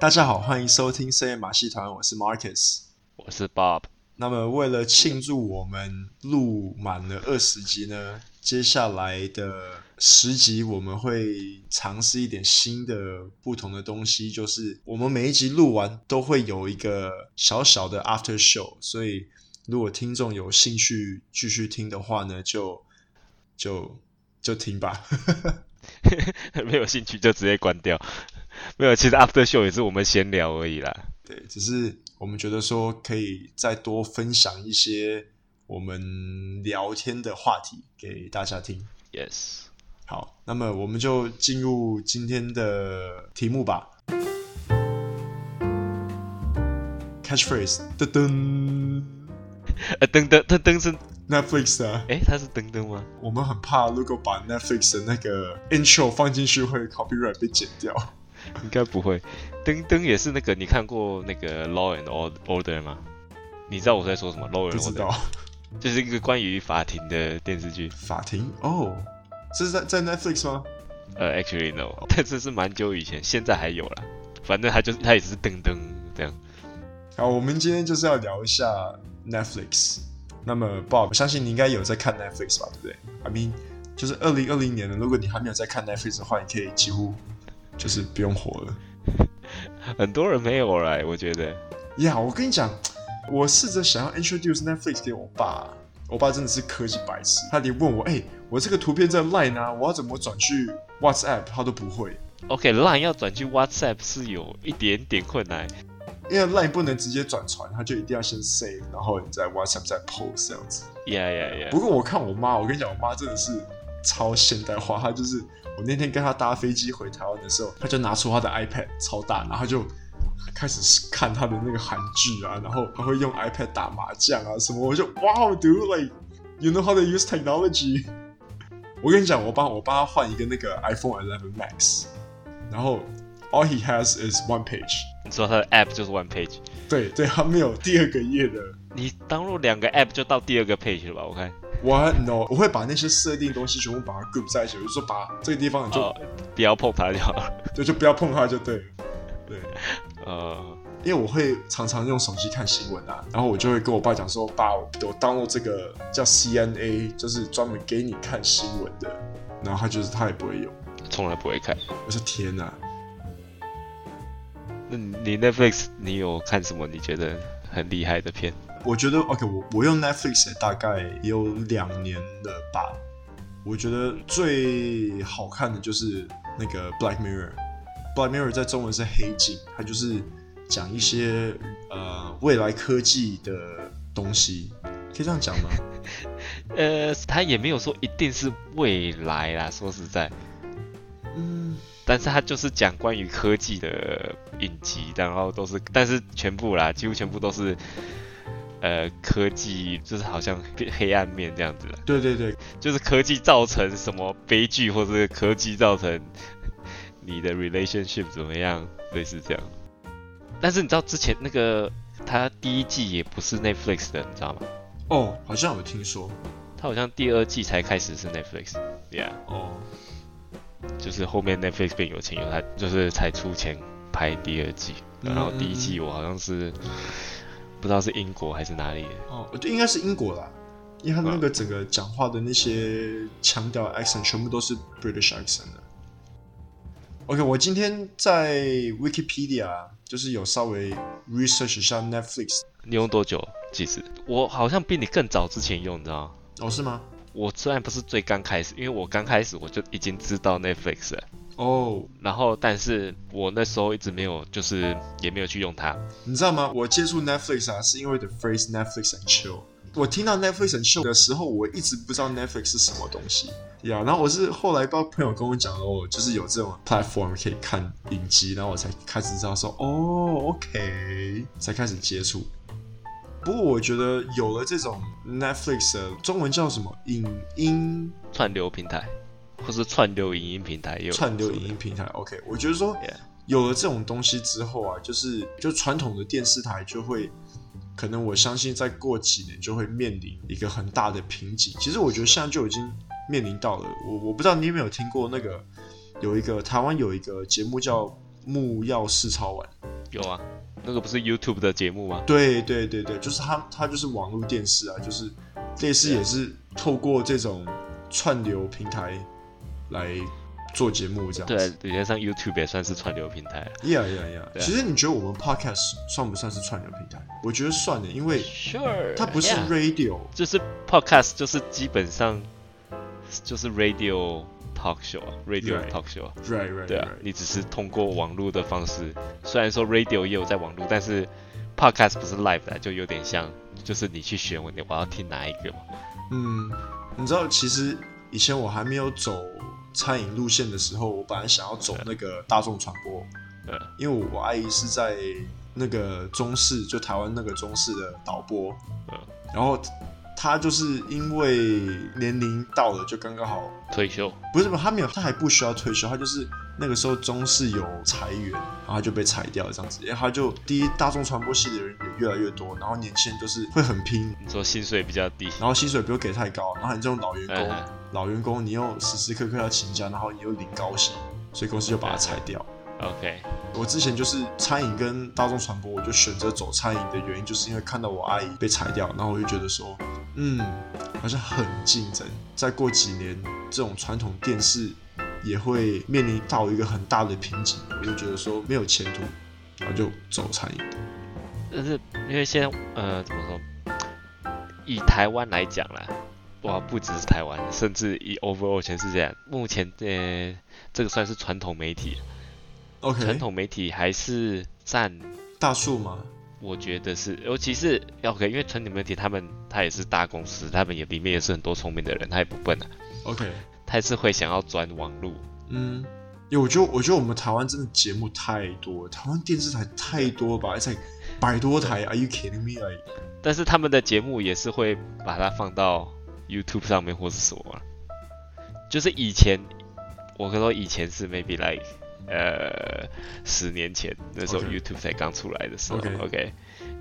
大家好，欢迎收听深夜马戏团，我是 Marcus。我是 Bob。 那么，为了庆祝我们录满了二十集呢，接下来的十集我们会尝试一点新的、不同的东西。就是我们每一集录完都会有一个小小的 after show，所以如果听众有兴趣继续听的话呢，就就就听吧。没有兴趣就直接关掉。 没有，其实 After Show 也是我们闲聊而已啦。对，只是我们觉得说可以再多分享一些我们聊天的话题给大家听。 Yes，好，那么我们就进入今天的题目吧。Catchphrase，噔噔呃，噔噔噔噔是， ，Netflix 啊，诶，它是噔噔吗？我们很怕如果把 Netflix 的那个 intro 放进去会 copyright 被剪掉。应该不会。噔噔也是那个，你看过那个 Law and Ord- Order 吗？你知道我在说什么？Law 不 and 知 Order 道，就是一个关于法庭的电视剧。法庭哦，这是在在 Netflix 吗？呃，actually no，但 这是蛮久以前，现在还有啦。反正它就是它也是噔噔这样。好，我们今天就是要聊一下 Netflix。那么 Bob，我相信你应该有在看 Netflix 吧，对不对？I mean，就是二零二零年了，如果你还没有在看 Netflix 的话，你可以几乎就是不用活了。很多人没有啦，我觉得。呀、我跟你讲，我试着想要 introduce Netflix 给我爸，我爸真的是科技白痴，他连问我，哎、我这个图片在 Line 啊，我要怎么转去 WhatsApp，他都不会， OK，Line、要转去 WhatsApp 是有一点点困难。因为 Line 不能直接转传，他就一定要先 save，然后你在 WhatsApp 再 post 这样子。 Yeah yeah yeah。不过我看我妈，我跟你讲，我妈真的是超现代化。她就是我那天跟她搭飞机回台湾的时候，她就拿出她的 iPad 超大，然后她就开始看她的那个韩剧啊，然后还会用 iPad 打麻将啊什么。我就哇哦，dude，like you know how to use technology。我跟你讲，我帮我帮她换一个那个 iPhone 11 Max，然后 all he has is one page，你说它的 App 就是 One Page，对对，他没有第二个页的。你登录两个 App 就到第二个 Page 了吧？我看，我 no，我会把那些设定东西全部把它 group 在一起，我就说把这个地方你就、哦，不要碰它就好 了。对，就不要碰它就对了。对，呃，因为我会常常用手机看新闻啊，然后我就会跟我爸讲说，爸，我我 download 这个叫 CNA，就是专门给你看新闻的，然后他就是他也不会用。从来不会看。我说天哪、那你你 Netflix 你有看什么你觉得很厉害的片？我觉得 OK，我我用 Netflix 也大概也有两年了吧。我觉得最好看的就是那个 Black Mirror。Black Mirror 在中文是黑镜，它就是讲一些呃未来科技的东西，可以这样讲吗？呃，他也没有说一定是未来啦，说实在，嗯，但是他就是讲关于科技的影集，然后都是，但是全部啦，几乎全部都是。呃，科技就是好像黑黑暗面这样子啦，对对对，就是科技造成什么悲剧，或者是科技造成你的 relationship 怎么样，类似这样。但是你知道之前那个他第一季也不是 Netflix 的，你知道吗？哦，好像有听说他好像第二季才开始是 Netflix，yeah，哦，就是后面 Netflix 变有钱以后，他就是才出钱拍第二季。嗯然后第一季我好像是不知道是英国还是哪里的，哦，我觉得应该是英国啦，因为他那个整个讲话的那些腔调 accent 全部都是 British accent 的。OK，我今天在 Wikipedia 就是有稍微 research 一下 Netflix，你用多久？其实我好像比你更早之前用，你知道吗？哦，是吗？我虽然不是最刚开始，因为我刚开始我就已经知道 Netflix 了，哦，然后但是我那时候一直没有，就是也没有去用它。你知道吗？我接触 Netflix 啊，是因为 the phrase Netflix and chill。我听到 Netflix and chill 的时候，我一直不知道 Netflix 是什么东西呀。然后我是后来帮朋友跟我讲哦，就是有这种 platform 可以看影集，然后我才开始知道说哦，OK，才开始接触。不过我觉得有了这种 Netflix 的中文叫什么影音串流平台，或是串流影音平台也有串流什么影音平台，OK，我觉得说 Yeah 有了这种东西之后啊，就是就传统的电视台就会，可能我相信再过几年就会面临一个很大的瓶颈。其实我觉得现在就已经面临到了。我我不知道你有没有听过那个有一个台湾有一个节目叫《木曜试抄完》，有啊，那个不是 YouTube 的节目吗？对对对对，就是它，它就是网络电视啊，就是类似也是透过这种串流平台来做节目这样对啊子。，理论上 YouTube 也算是串流平台了。对呀呀呀！对啊其实你觉得我们 podcast 算不算是串流平台？我觉得算的，因为 Sure，它不是 yeah radio，就是 podcast，就是基本上就是 radio talk show 啊，radio Right talk show 啊。 right right 对啊 right，，你只是通过网络的方式，虽然说 radio 也有在网络，但是 podcast 不是 live 的啊，就有点像，就是你去选我你我要听哪一个嘛。嗯，你知道，其实以前我还没有走餐饮路线的时候，我本来想要走那个大众传播，嗯，因为我阿姨是在那个中视，就台湾那个中视的导播，嗯，然后她就是因为年龄到了，就刚刚好，退休，不是不是，她没有，她还不需要退休，她就是那个时候中视有裁员，然后她就被裁掉了这样子，然后她就第一大众传播系的人也越来越多，然后年轻人就是会很拼，你说薪水比较低，然后薪水不用给太高，然后你这种老员工，嗯嗯老员工你又时时刻刻要请假，然后你又领高薪，所以公司就把它裁掉。 OK，我之前就是餐饮跟大众传播，我就选择走餐饮的原因，就是因为看到我阿姨被裁掉，然后我就觉得说，嗯，好像很竞争，再过几年这种传统电视也会面临到一个很大的瓶颈，我就觉得说没有前途，然后就走餐饮。但是因为现在呃怎么说，以台湾来讲啦，哇，不只是台湾，甚至以 overall 全世界，目前呃这个算是传统 媒体，传 OK，统媒体还是占大树吗？我觉得是，尤其是 OK，因为传统媒体他们他也是大公司，他们也里面也是很多聪明的人，他也不笨啊， OK，他也是会想要转网路。嗯，因为我觉得，我觉得我们台湾真的节目太多，台湾电视台太多吧，才百多台，Are you kidding me？Like, 但是他们的节目也是会把它放到 YouTube 上面或是什么啊，就是以前我跟你说以前是 maybe like 呃十年前那时候 OK YouTube 才刚出来的时候 OK ，OK，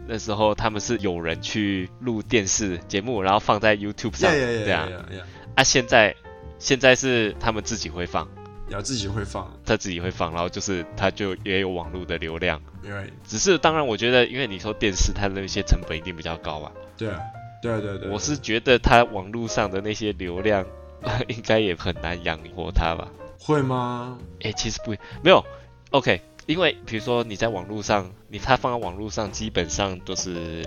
那时候他们是有人去录电视节目，然后放在 YouTube 上，呀呀这样呀呀呀，啊，现在现在是他们自己会放，呀自己会放啊他自己会放，然后就是他就也有网络的流量。 ，Right？只是当然，我觉得因为你说电视，它的那些成本一定比较高啊。对啊，对啊，对啊，对啊我是觉得它网络上的那些流量，应该也很难养活它吧？会吗？诶，其实不没有，OK，因为比如说你在网络上，你它放在网络上，基本上都是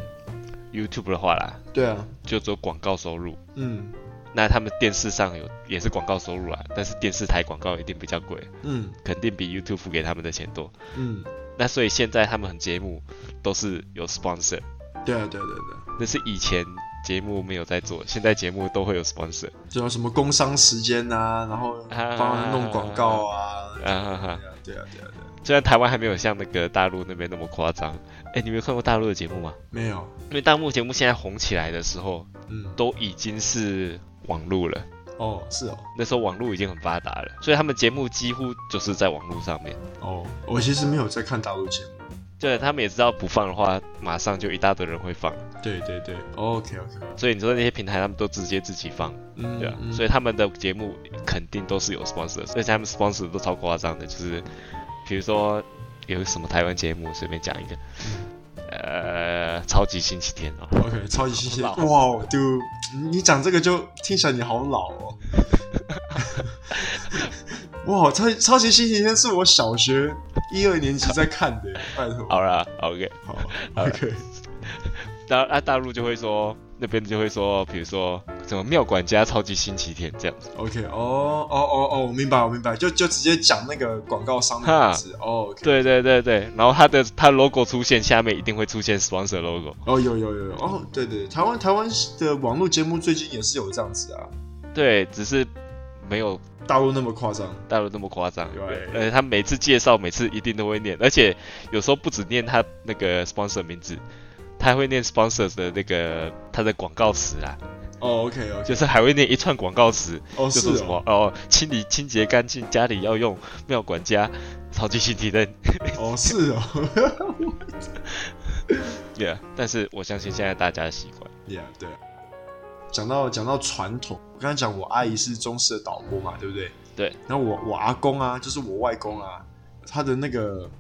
YouTube 的话啦，对啊，就只有广告收入。嗯那他们电视上有也是广告收入啦，但是电视台广告一定比较贵，嗯肯定比 YouTube 付给他们的钱多。嗯，那所以现在他们很节目都是有 sponsor，对啊，对啊对啊对啊，那是以前节目没有在做，现在节目都会有 sponsor 啊就有什么工商时间啊，然后啊帮人弄广告啊，啊哈对哈。啊，对啊，对啊，对啊，虽然台湾还没有像那个大陆那边那么夸张，哎，你没有看过大陆的节目吗？没有，因为大陆节目现在红起来的时候，嗯，都已经是网络了，哦，是哦，那时候网络已经很发达了，所以他们节目几乎就是在网络上面。哦，我其实没有在看大陆节目。对，他们也知道不放的话，马上就一大堆人会放，对对对，OK OK，所以你说那些平台他们都直接自己放。嗯，对啊，嗯所以他们的节目肯定都是有 sponsor，而且他们 sponsor 都超夸张的，就是比如说有什么台湾节目，随便讲一个，呃，超级星期天啊、 OK，超级新鲜！好哇老哦，就你讲这个就听起来你好老哦。 哇，超超级星期天是我小学一二年级在看的，拜托。好啦，OK，好好，OK，大啊大陆就会说那边就会说，比如说什么妙管家超级星期天这样子， OK，哦哦哦哦，我明白，我明白，就就直接讲那个广告商的哈名字。哦，OK，对对对对，然后它的它 logo 出现下面一定会出现 sponsor logo，哦，有有有有，哦，对对，对台湾台湾的网络节目最近也是有这样子啊，对，只是没有大陆那么夸张。大陆那么夸张，对而且他每次介绍，每次一定都会念，而且有时候不只念他那个 sponsor 名字，他还会念 sponsor 的那个他的广告词啦，哦，OK，OK，就是还会念一串广告词，哦，就是说什哦么哦，清理清洁干净，家里要用妙管家，超级星期天哦，是哦，yeah。但是我相信现在大家的习惯， Yeah，对。讲到讲到传统，我刚才讲我阿姨是中式的导播嘛，对不对？对。然后我我阿公啊，就是我外公啊，他的那个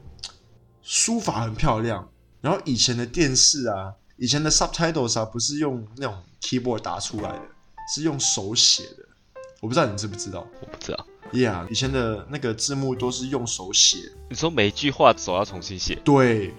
书法很漂亮。然后以前的电视啊，以前的 subtitles 啊，不是用那种 keyboard 打出来的，是用手写的。我不知道你知不知道我不知道。 ，Yeah，以前的那个字幕都是用手写。你说每一句话手要重新写，对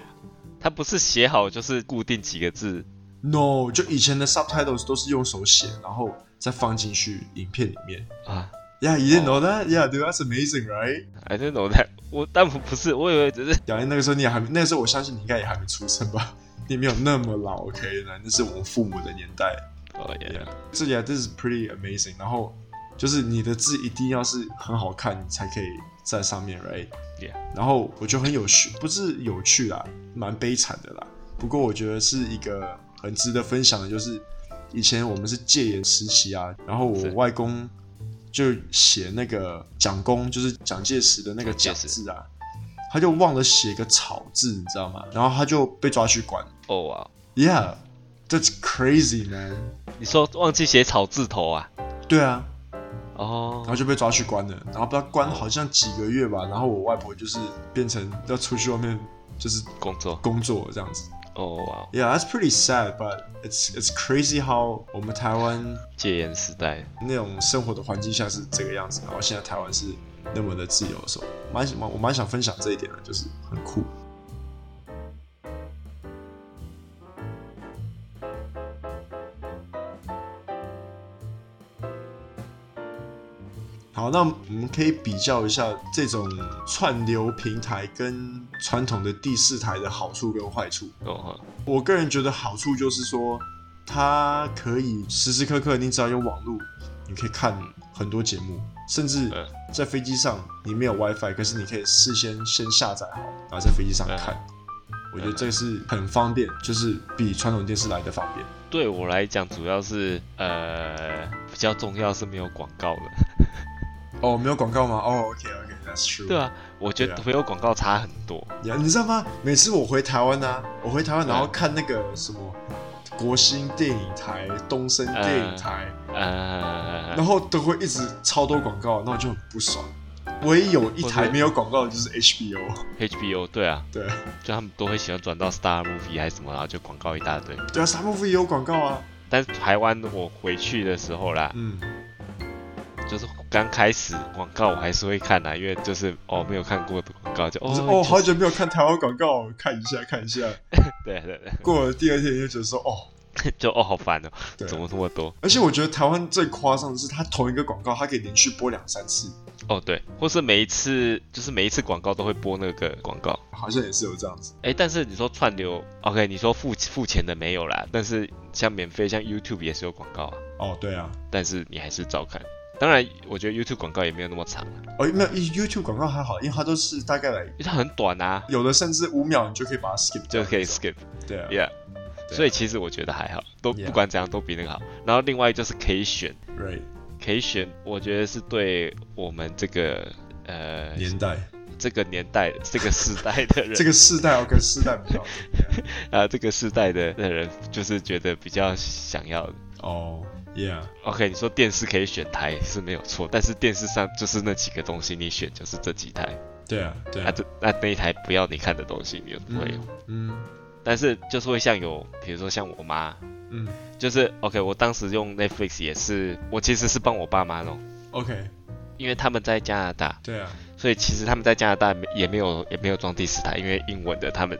它不是写好就是固定几个字， ，No，就以前的 subtitles 都是用手写，然后再放进去影片里面。啊 Yeah, you didn't know that? Yeah, dude, that's amazing, right? ，I don't know that。我但我不是，我以为只是杨烨那个时候你也还没，那个时候我相信你应该也还没出生吧，你没有那么老，OK 那那是我们父母的年代。哦耶 Yeah，这里啊，这是 pretty amazing。然后就是你的字一定要是很好看，你才可以在上面，right？耶，然后我觉得很有趣，不是有趣啦，蛮悲惨的啦。不过我觉得是一个很值得分享的，就是以前我们是戒严时期啊，然后我是外公就写那个蒋公，就是蒋介石的那个蒋字啊，他就忘了写个草字，你知道吗？然后他就被抓去关哦哇， ，Yeah，that's crazy man。你说忘记写草字头啊？对啊，然哦，后就被抓去关了，然后不知道关好像几个月吧，然后我外婆就是变成要出去外面就是工作，工作这样子。哦哇， Yeah, that's pretty sad, but it's it's crazy how 我们台湾戒严时代，那种生活的环境下是这个样子，然后现在台湾是那么的自由的时候，蛮蛮我蛮想分享这一点的，就是很酷。好，那我们可以比较一下这种串流平台跟传统的第四台的好处跟坏处。哦我个人觉得好处就是说，它可以时时刻刻，你只要有网络，你可以看很多节目，甚至嗯在飞机上你没有 WiFi，可是你可以事先先下载好，然后在飞机上看。我觉得这是很方便，就是比传统电视来的方便。对我来讲主要是呃比较重要是没有广告的，嗯哦，没有广告吗？哦，OK OK，That's、true。对啊，我觉对得没有广告差很多。呀，你知道吗？每次我回台湾啊，我回台湾，嗯然后看那个什么国新电影台、东森电影台，呃然，后都会一直超多广告，那我就很不爽。唯一有一台没有广告的就是 HBO， HBO 对啊，对就他们都会喜欢转到 Star Movie 还是什么，然后就广告一大堆。对啊，沙漠夫也有广告啊，但是台湾我回去的时候啦，嗯，就是刚开始广告我还是会看啦，因为就是哦没有看过的广告就哦我说哦，好就是久没有看台湾广告，看一下看一下。对对对， 过了第二天就觉得说哦，就哦好烦哦，对啊，怎么那么多？而且我觉得台湾最夸张的是，它同一个广告它可以连续播两三次，哦对，或是每一次就是每一次广告都会播那个广告。好像也是有这样子。哎，但是你说串流，OK，你说付付钱的没有啦，但是像免费像 YouTube 也是有广告啊，哦，对啊，但是你还是照看。当然，我觉得 YouTube 广告也没有那么长啊，哦，没有 YouTube 广告还好，因为它都是大概来因为它很短啊，有的甚至五秒你就可以把它 skip 掉就可以那种 skip。对啊 Yeah，对所以其实我觉得还好，都 Yeah 不管怎样都比那个好。然后另外就是可以选， ，right 可以选，我觉得是对我们这个呃年代，这个年代、这个世代的 人，这个世代要跟世代不一样。啊这个世代的的人，就是觉得比较想要的。哦，yeah。 OK，你说电视可以选台是没有错，但是电视上就是那几个东西，你选就是这几台，对啊，对那啊，这那那一台不要你看的东西，你就不会有。嗯但是就是会像有，比如说像我妈，嗯就是 OK，我当时用 Netflix 也是，我其实是帮我爸妈弄， ，OK，因为他们在加拿大，对啊，所以其实他们在加拿大没也没有也没有装第四台，因为英文的他们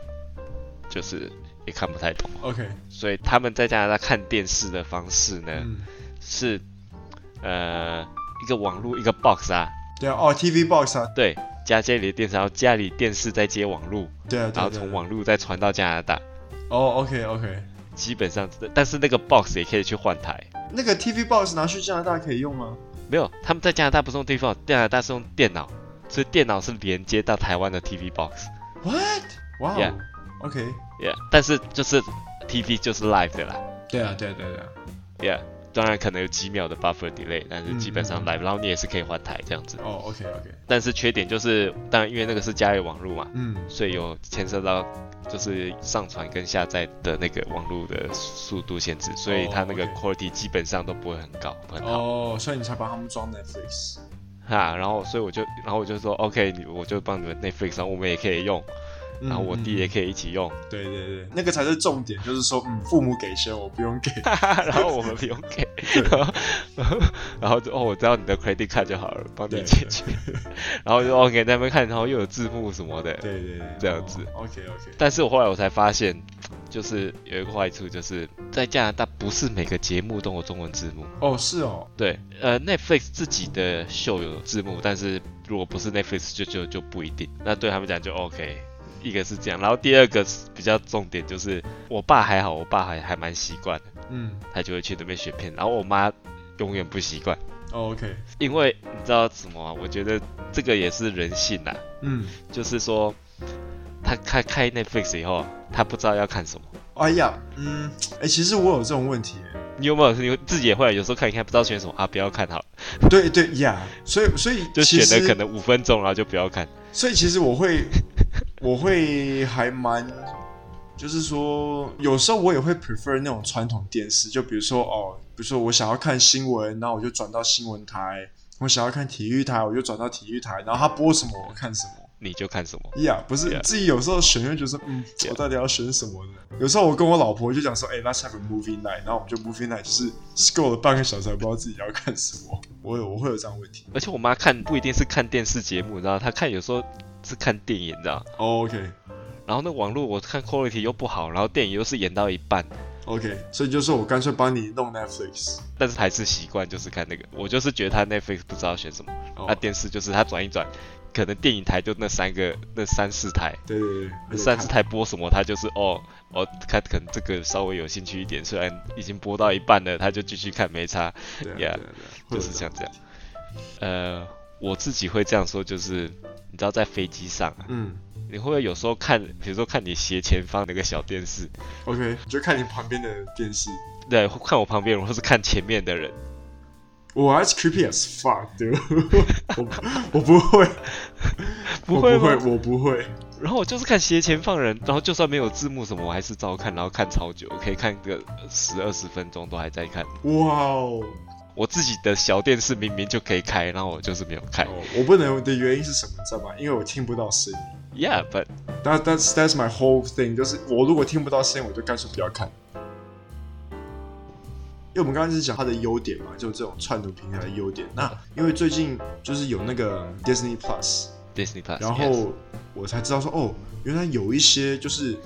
就是也看不太懂， ，OK，所以他们在加拿大看电视的方式呢、嗯，是呃一个网络一个 box 啊，对啊，哦，TV box 啊，对，家家里的电视，然后家里电视再接网络，对啊，对然啊后对啊从，网络再传到加拿大，哦，OK OK，基本上，但是那个 box 也可以去换台。那个 TV box 拿去加拿大可以用吗？没有，他们在加拿大不是用 TV box，加拿大是用电脑，所以电脑是连接到台湾的 TV box。 What？哇哦 Yeah ，OK， Yeah，但是就是 TV 就是 live 的啦。对啊，对啊对啊对啊 Yeah，当然可能有几秒的 buffer delay，但是基嗯嗯本上 live，然后你也是可以换台这样子。哦，OK OK，但是缺点就是，当然因为那个是家里网络嘛，嗯，所以有牵涉到就是上传跟下载的那个网络的速度限制，所以它那个哦 quality 基本上都不会很高，很好。哦，所以你才帮他们装 Netflix，哈，然后所以我就，然后我就说，OK，你我就帮你们 Netflix，然后我们也可以用，嗯然后我弟也可以一起用，对对对，那个才是重点，就是说，嗯，父母给钱，我不用 给。然后我们不用给， 然后然后就哦，我知道你的 credit card 就好了，帮你对解决。 然后就哦 OK 在那边看，然后又有字幕什么的。对对对，哦这样子 OK OK，但是我后来我才发现，就是有一个坏处，就是在加拿大不是每个节目都有中文字幕。哦是哦，对，呃，Netflix 自己的秀有字幕，但是如果不是 Netflix 就就就不一定。那对他们讲就 OK。一个是这样，然后第二个是比较重点就是，我爸还好，我爸还还蛮习惯的，嗯、他就会去那边选片，然后我妈永远不习惯，哦、，OK，因为你知道什么啊、我觉得这个也是人性啦，嗯，就是说他开开 Netflix 以后，他不知道要看什么。哎呀，嗯，哎、其实我有这种问题耶，你有没有你自己也会有时候看一看不知道选什么啊？不要看好了，对对呀所以所以就其选实了可能五分钟，然后就不要看。所以其实我会，我会还蛮，就是说，有时候我也会 prefer 那种传统电视，就比如说哦，比如说我想要看新闻，然后我就转到新闻台；我想要看体育台，我就转到体育台，然后他播什么我看什么。你就看什么？呀、不是 Yeah. 自己有时候选会觉得说，嗯 Yeah. 我到底要选什么呢？有时候我跟我老婆就讲说，哎、l e t s have a movie night，然后我们就 movie night 就是 scroll 了半个小时，还不知道自己要看什么。我有我会有这样的问题。而且我妈看不一定是看电视节目，你知道，她看有时候是看电影，你知道。 o 哦 OK 然后那网络我看 quality 又不好，然后电影又是演到一半， OK，所以就是我干脆帮你弄 Netflix。但是还是习惯就是看那个。我就是觉得她 Netflix 不知道选什么，哦那、电视就是她转一转，可能电影台就那三个那三四台，对对对，那三四台播什么，他就是哦哦，看可能这个稍微有兴趣一点，虽然已经播到一半了，他就继续看，没差，对啊 Yeah，对啊对啊会就有是的像这样。呃，我自己会这样说，就是你知道在飞机上啊，嗯你会不会有时候看，比如说看你斜前方那个小电视， ，OK，你就看你旁边的电视。对，或看我旁边人，或是看前面的人，我还是 creepy as fuck，对我我不会， 不我会不会，吗？我不会。然后我就是看斜前方人，然后就算没有字幕什么，我还是照看，然后看超久，可以看个十二十分钟都还在看。哇哦！我自己的小电视明明就可以开，然后我就是没有开。哦我不能的原因是什么，你知道吗？因为我听不到声音。 Yeah, but That that's that's my whole thing，就是我如果听不到声音，我就干脆不要看。因为我们刚刚是讲它的优点嘛，就这种串流平台的优点。那因为最近就是有那个 Disney Plus， Disney Plus，然 yes 后我才知道说，哦，原来有一些就是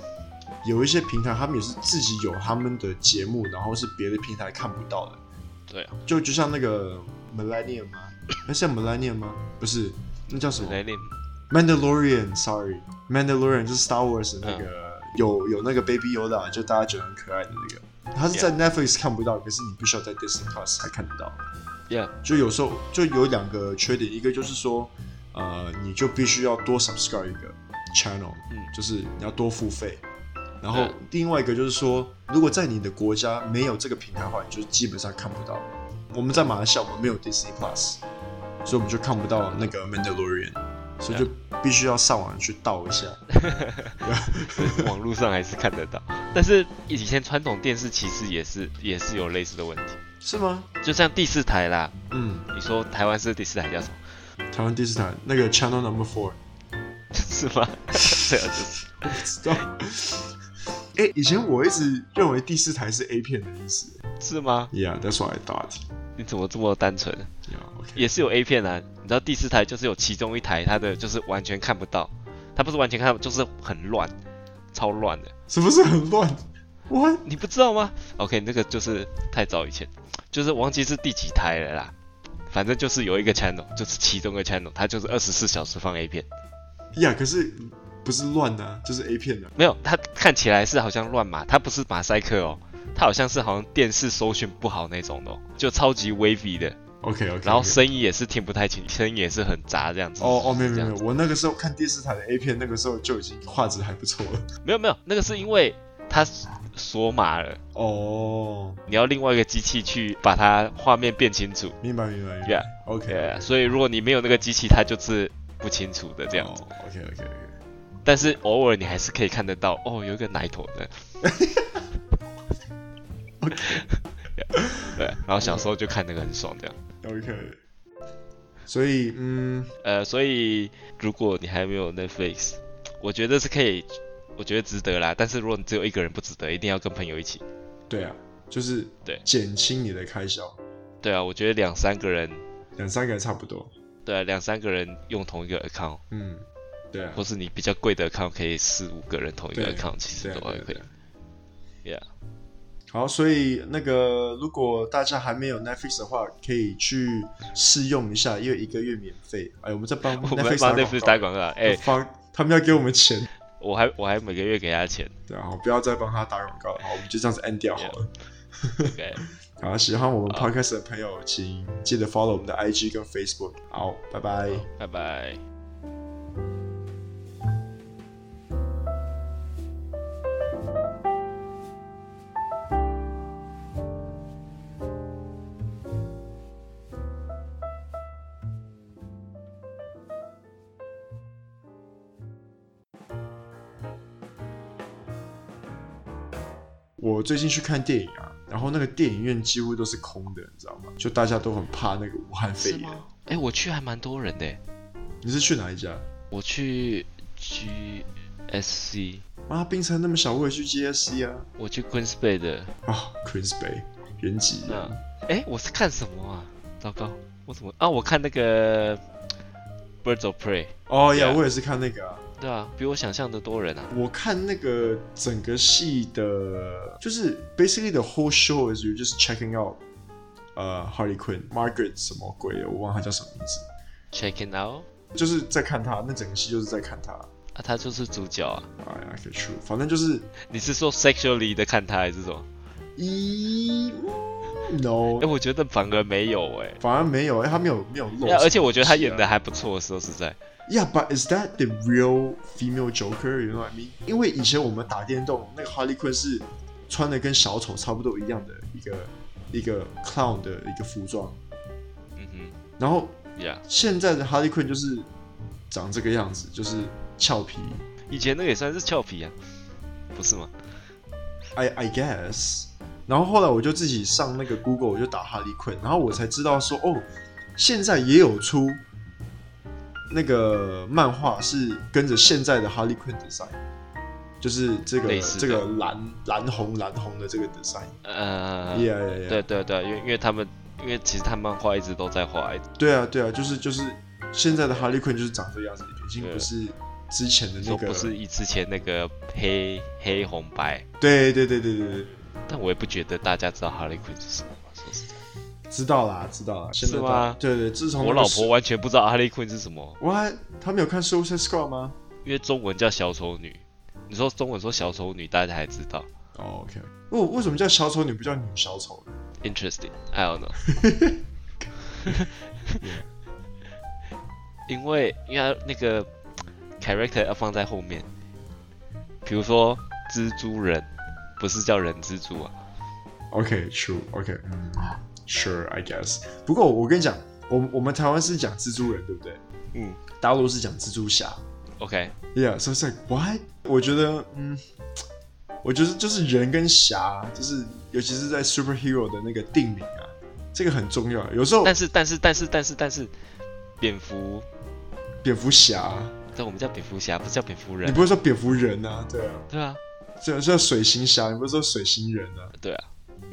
有一些平台，他们也是自己有他们的节目，然后是别的平台看不到的。对啊就就像那个 Millennium 吗？那是叫 Millennium 吗？不是，那叫什么 m i l l e n ？Mandalorian，Sorry，Mandalorian 就是 Star Wars 的那个、有有那个 Baby Yoda，就大家觉得很可爱的那个，它是在 Netflix 看不到，可是你必须要在 Disney Plus 才看得到。 Yeah， 就有时候就有两个缺点，一个就是说，呃，你就必须要多 subscribe 一个 channel，嗯就是你要多付费。然后嗯另外一个就是说，如果在你的国家没有这个平台的话，你就基本上看不到。我们在马来西亚，我们没有 Disney Plus，所以我们就看不到那个 Mandalorian，所以就必须要上网去盗一下。网络上还是看得到，但是以前传统电视其实也是也是有类似的问题，是吗？就像第四台啦，嗯，你说台湾是第四台叫什么？台湾第四台那个 Channel Number Four， 是吗？对啊，就是知道？哎、以前我一直认为第四台是 A 片的意思。是吗？ Yeah, that's what I thought. 你怎么这么单纯？ Yeah, OK. 也是有 A 片啊，你知道第四台就是有其中一台它的就是完全看不到，它不是完全看不到，就是很乱，超乱的。什么是很乱？What？你不知道吗？OK，那个就是太早以前，就是忘记是第几台了啦。反正就是有一个 channel，就是其中一个 channel，它就是二十四小时放 A 片。呀，可是不是乱的、啊，就是 A 片的、没有，它看起来是好像乱码，它不是马赛克哦，它好像是好像电视搜寻不好那种的哦、就超级 wavy 的， OK OK, 然后声音也是听不太清，声音也是很杂这样子。哦哦，没有这没有样没有，我那个时候看第四台的 A 片，那个时候就已经画质还不错了。没有没有，那个是因为它锁码了，哦，你要另外一个机器去把它画面变清楚。明白明白明白。 Yeah。 OK 对，所以如果你没有那个机器，它就是不清楚的这这样子。 OK OK OK。但是偶尔你还是可以看得到，哦，有一个奶头的。 对，然后小时候就看那个很爽这样。 OK，所以嗯，嗯呃，所以如果你还没有 Netflix，我觉得是可以，我觉得值得啦。但是如果你只有一个人不值得，一定要跟朋友一起。对啊，就是对减轻你的开销，对啊，我觉得两三个人，两三个人差不多。对啊，两三个人用同一个 account，嗯，对啊，或是你比较贵的 account 可以四五个人同一个对 account，其实对啊都还对啊可对以啊。 Yeah，好，所以那个如果大家还没有 Netflix 的话，可以去试用一下，因为一个月免费。哎，我们在帮 我们帮 Netflix Netflix 打打广告，广告，哎、哎，方他们要给我们钱，我还我还每个月给他钱。对啊，好不要再帮他打广告了，好，我们就这样子 end 掉好了。 OK， 好，喜欢我们 podcast 的朋友，请记得 follow 我们的 IG 跟 Facebook。好，拜拜。拜拜。我最近去看电影啊，然后那个电影院几乎都是空的，你知道吗？就大家都很怕那个武汉肺是炎。吗？哎、我去还蛮多人的欸，你是去哪一家？我去 GSC，啊，冰城那么小，我也去 GSC 啊。我去 Queens Bay 的。啊，Queens Bay 原籍那人。哎、我是看什么啊？糟糕，我怎么啊？我看那个 Birds of Prey，哦呀， Yeah 我也是看那个啊。对啊，比我想象的多人啊。我看那个整个戏的，就是 basically the whole show is you just checking out，呃，Harley Quinn、Margaret 什么鬼啊的，我忘了她叫什么名字。 Checking out 就是在看他，那整个戏就是在看他。啊，他就是主角啊。哎呀，可以去，反正就是你是说 sexually 的看他还是什么？一嗯哎、 no，我觉得反而没有哎、反而没有，哎，他没有没有露什么东西对啊啊。而且我觉得他演的还不错，说实在。 ，Yeah，but is that the real female Joker？You know what I mean？因为以前我们打电动，那个 Harley Quinn 是穿的跟小丑差不多一样的一个一个 clown 的一个服装，嗯然后哼，Yeah，现在的 Harley Quinn 就是长这个样子，就是俏皮。以前那个也算是俏皮啊，不是吗？ I I guess。然后后来我就自己上那个 Google，我就打哈利坤，然后我才知道说，哦，现在也有出那个漫画是跟着现在的哈利坤 design，就是这个类似这的个蓝蓝红蓝红的这个 design。呃 Yeah, yeah, yeah. 对对对，因为因为他们，因为其实他漫画一直都在画，对啊，对啊，就是就是现在的哈利坤就是长这个样子，已经对不是之前的那说个。不是一之前那个黑黑红白，对对对对对对，但我也不觉得大家知道 Harley Quinn 是什么吧，说实在，知道啦，知道啦。现在是吗对对，自从我老婆完全不知道 Harley Quinn 是什么，哇，他没有看《Suicide Squad》吗？因为中文叫小丑女，你说中文说小丑女，大家还知道。哦，OK、o k 为为什么叫小丑女不叫女小丑呢 Interesting, I don't know 因为因为它那个 character 要放在后面，比如说蜘蛛人，不是叫人蜘蛛啊， ？OK，True，OK，、嗯 s u r e i guess。不过我跟你讲，我们我们台湾是讲蜘蛛人，对不对？嗯大陆是讲蜘蛛侠，OK， ，Yeah，so it's like what？我觉得，嗯，我觉得就是人跟侠，就是尤其是在 superhero 的那个定名啊，这个很重要。啊有时候但是但是但是但是但是，蝙蝠，蝙蝠侠，啊对，我们叫蝙蝠侠，不是叫蝙蝠你人，不会说蝙蝠人啊，对啊，对啊，这叫水行侠，你不是说水行人啊？对啊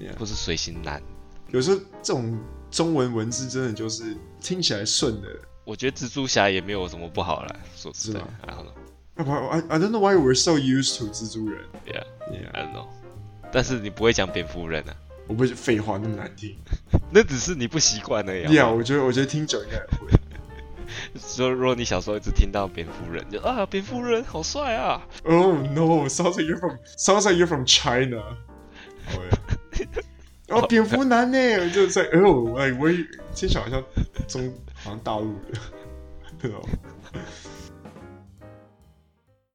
Yeah 或是水星男，有时候这种中文文字真的就是听起来顺的。我觉得蜘蛛侠也没有什么不好啦，说实在是吗，I don't know, I I don't know why we're so used to 蜘蛛人。 yeah, Yeah， I don't know，但是你不会讲蝙蝠人啊，我不是废话那么难听。那只是你不习惯而已啊好不好。 Yeah，我觉得我觉得听久应该也会。说，如果你小时候一直听到蝙蝠人，就啊，蝙蝠人好帅啊， Oh no，sounds like you're from sounds like you're from China。哦耶。哦，蝙蝠男呢？我就在 哦，哎，我也听起来好像中好像大陆的，对哦。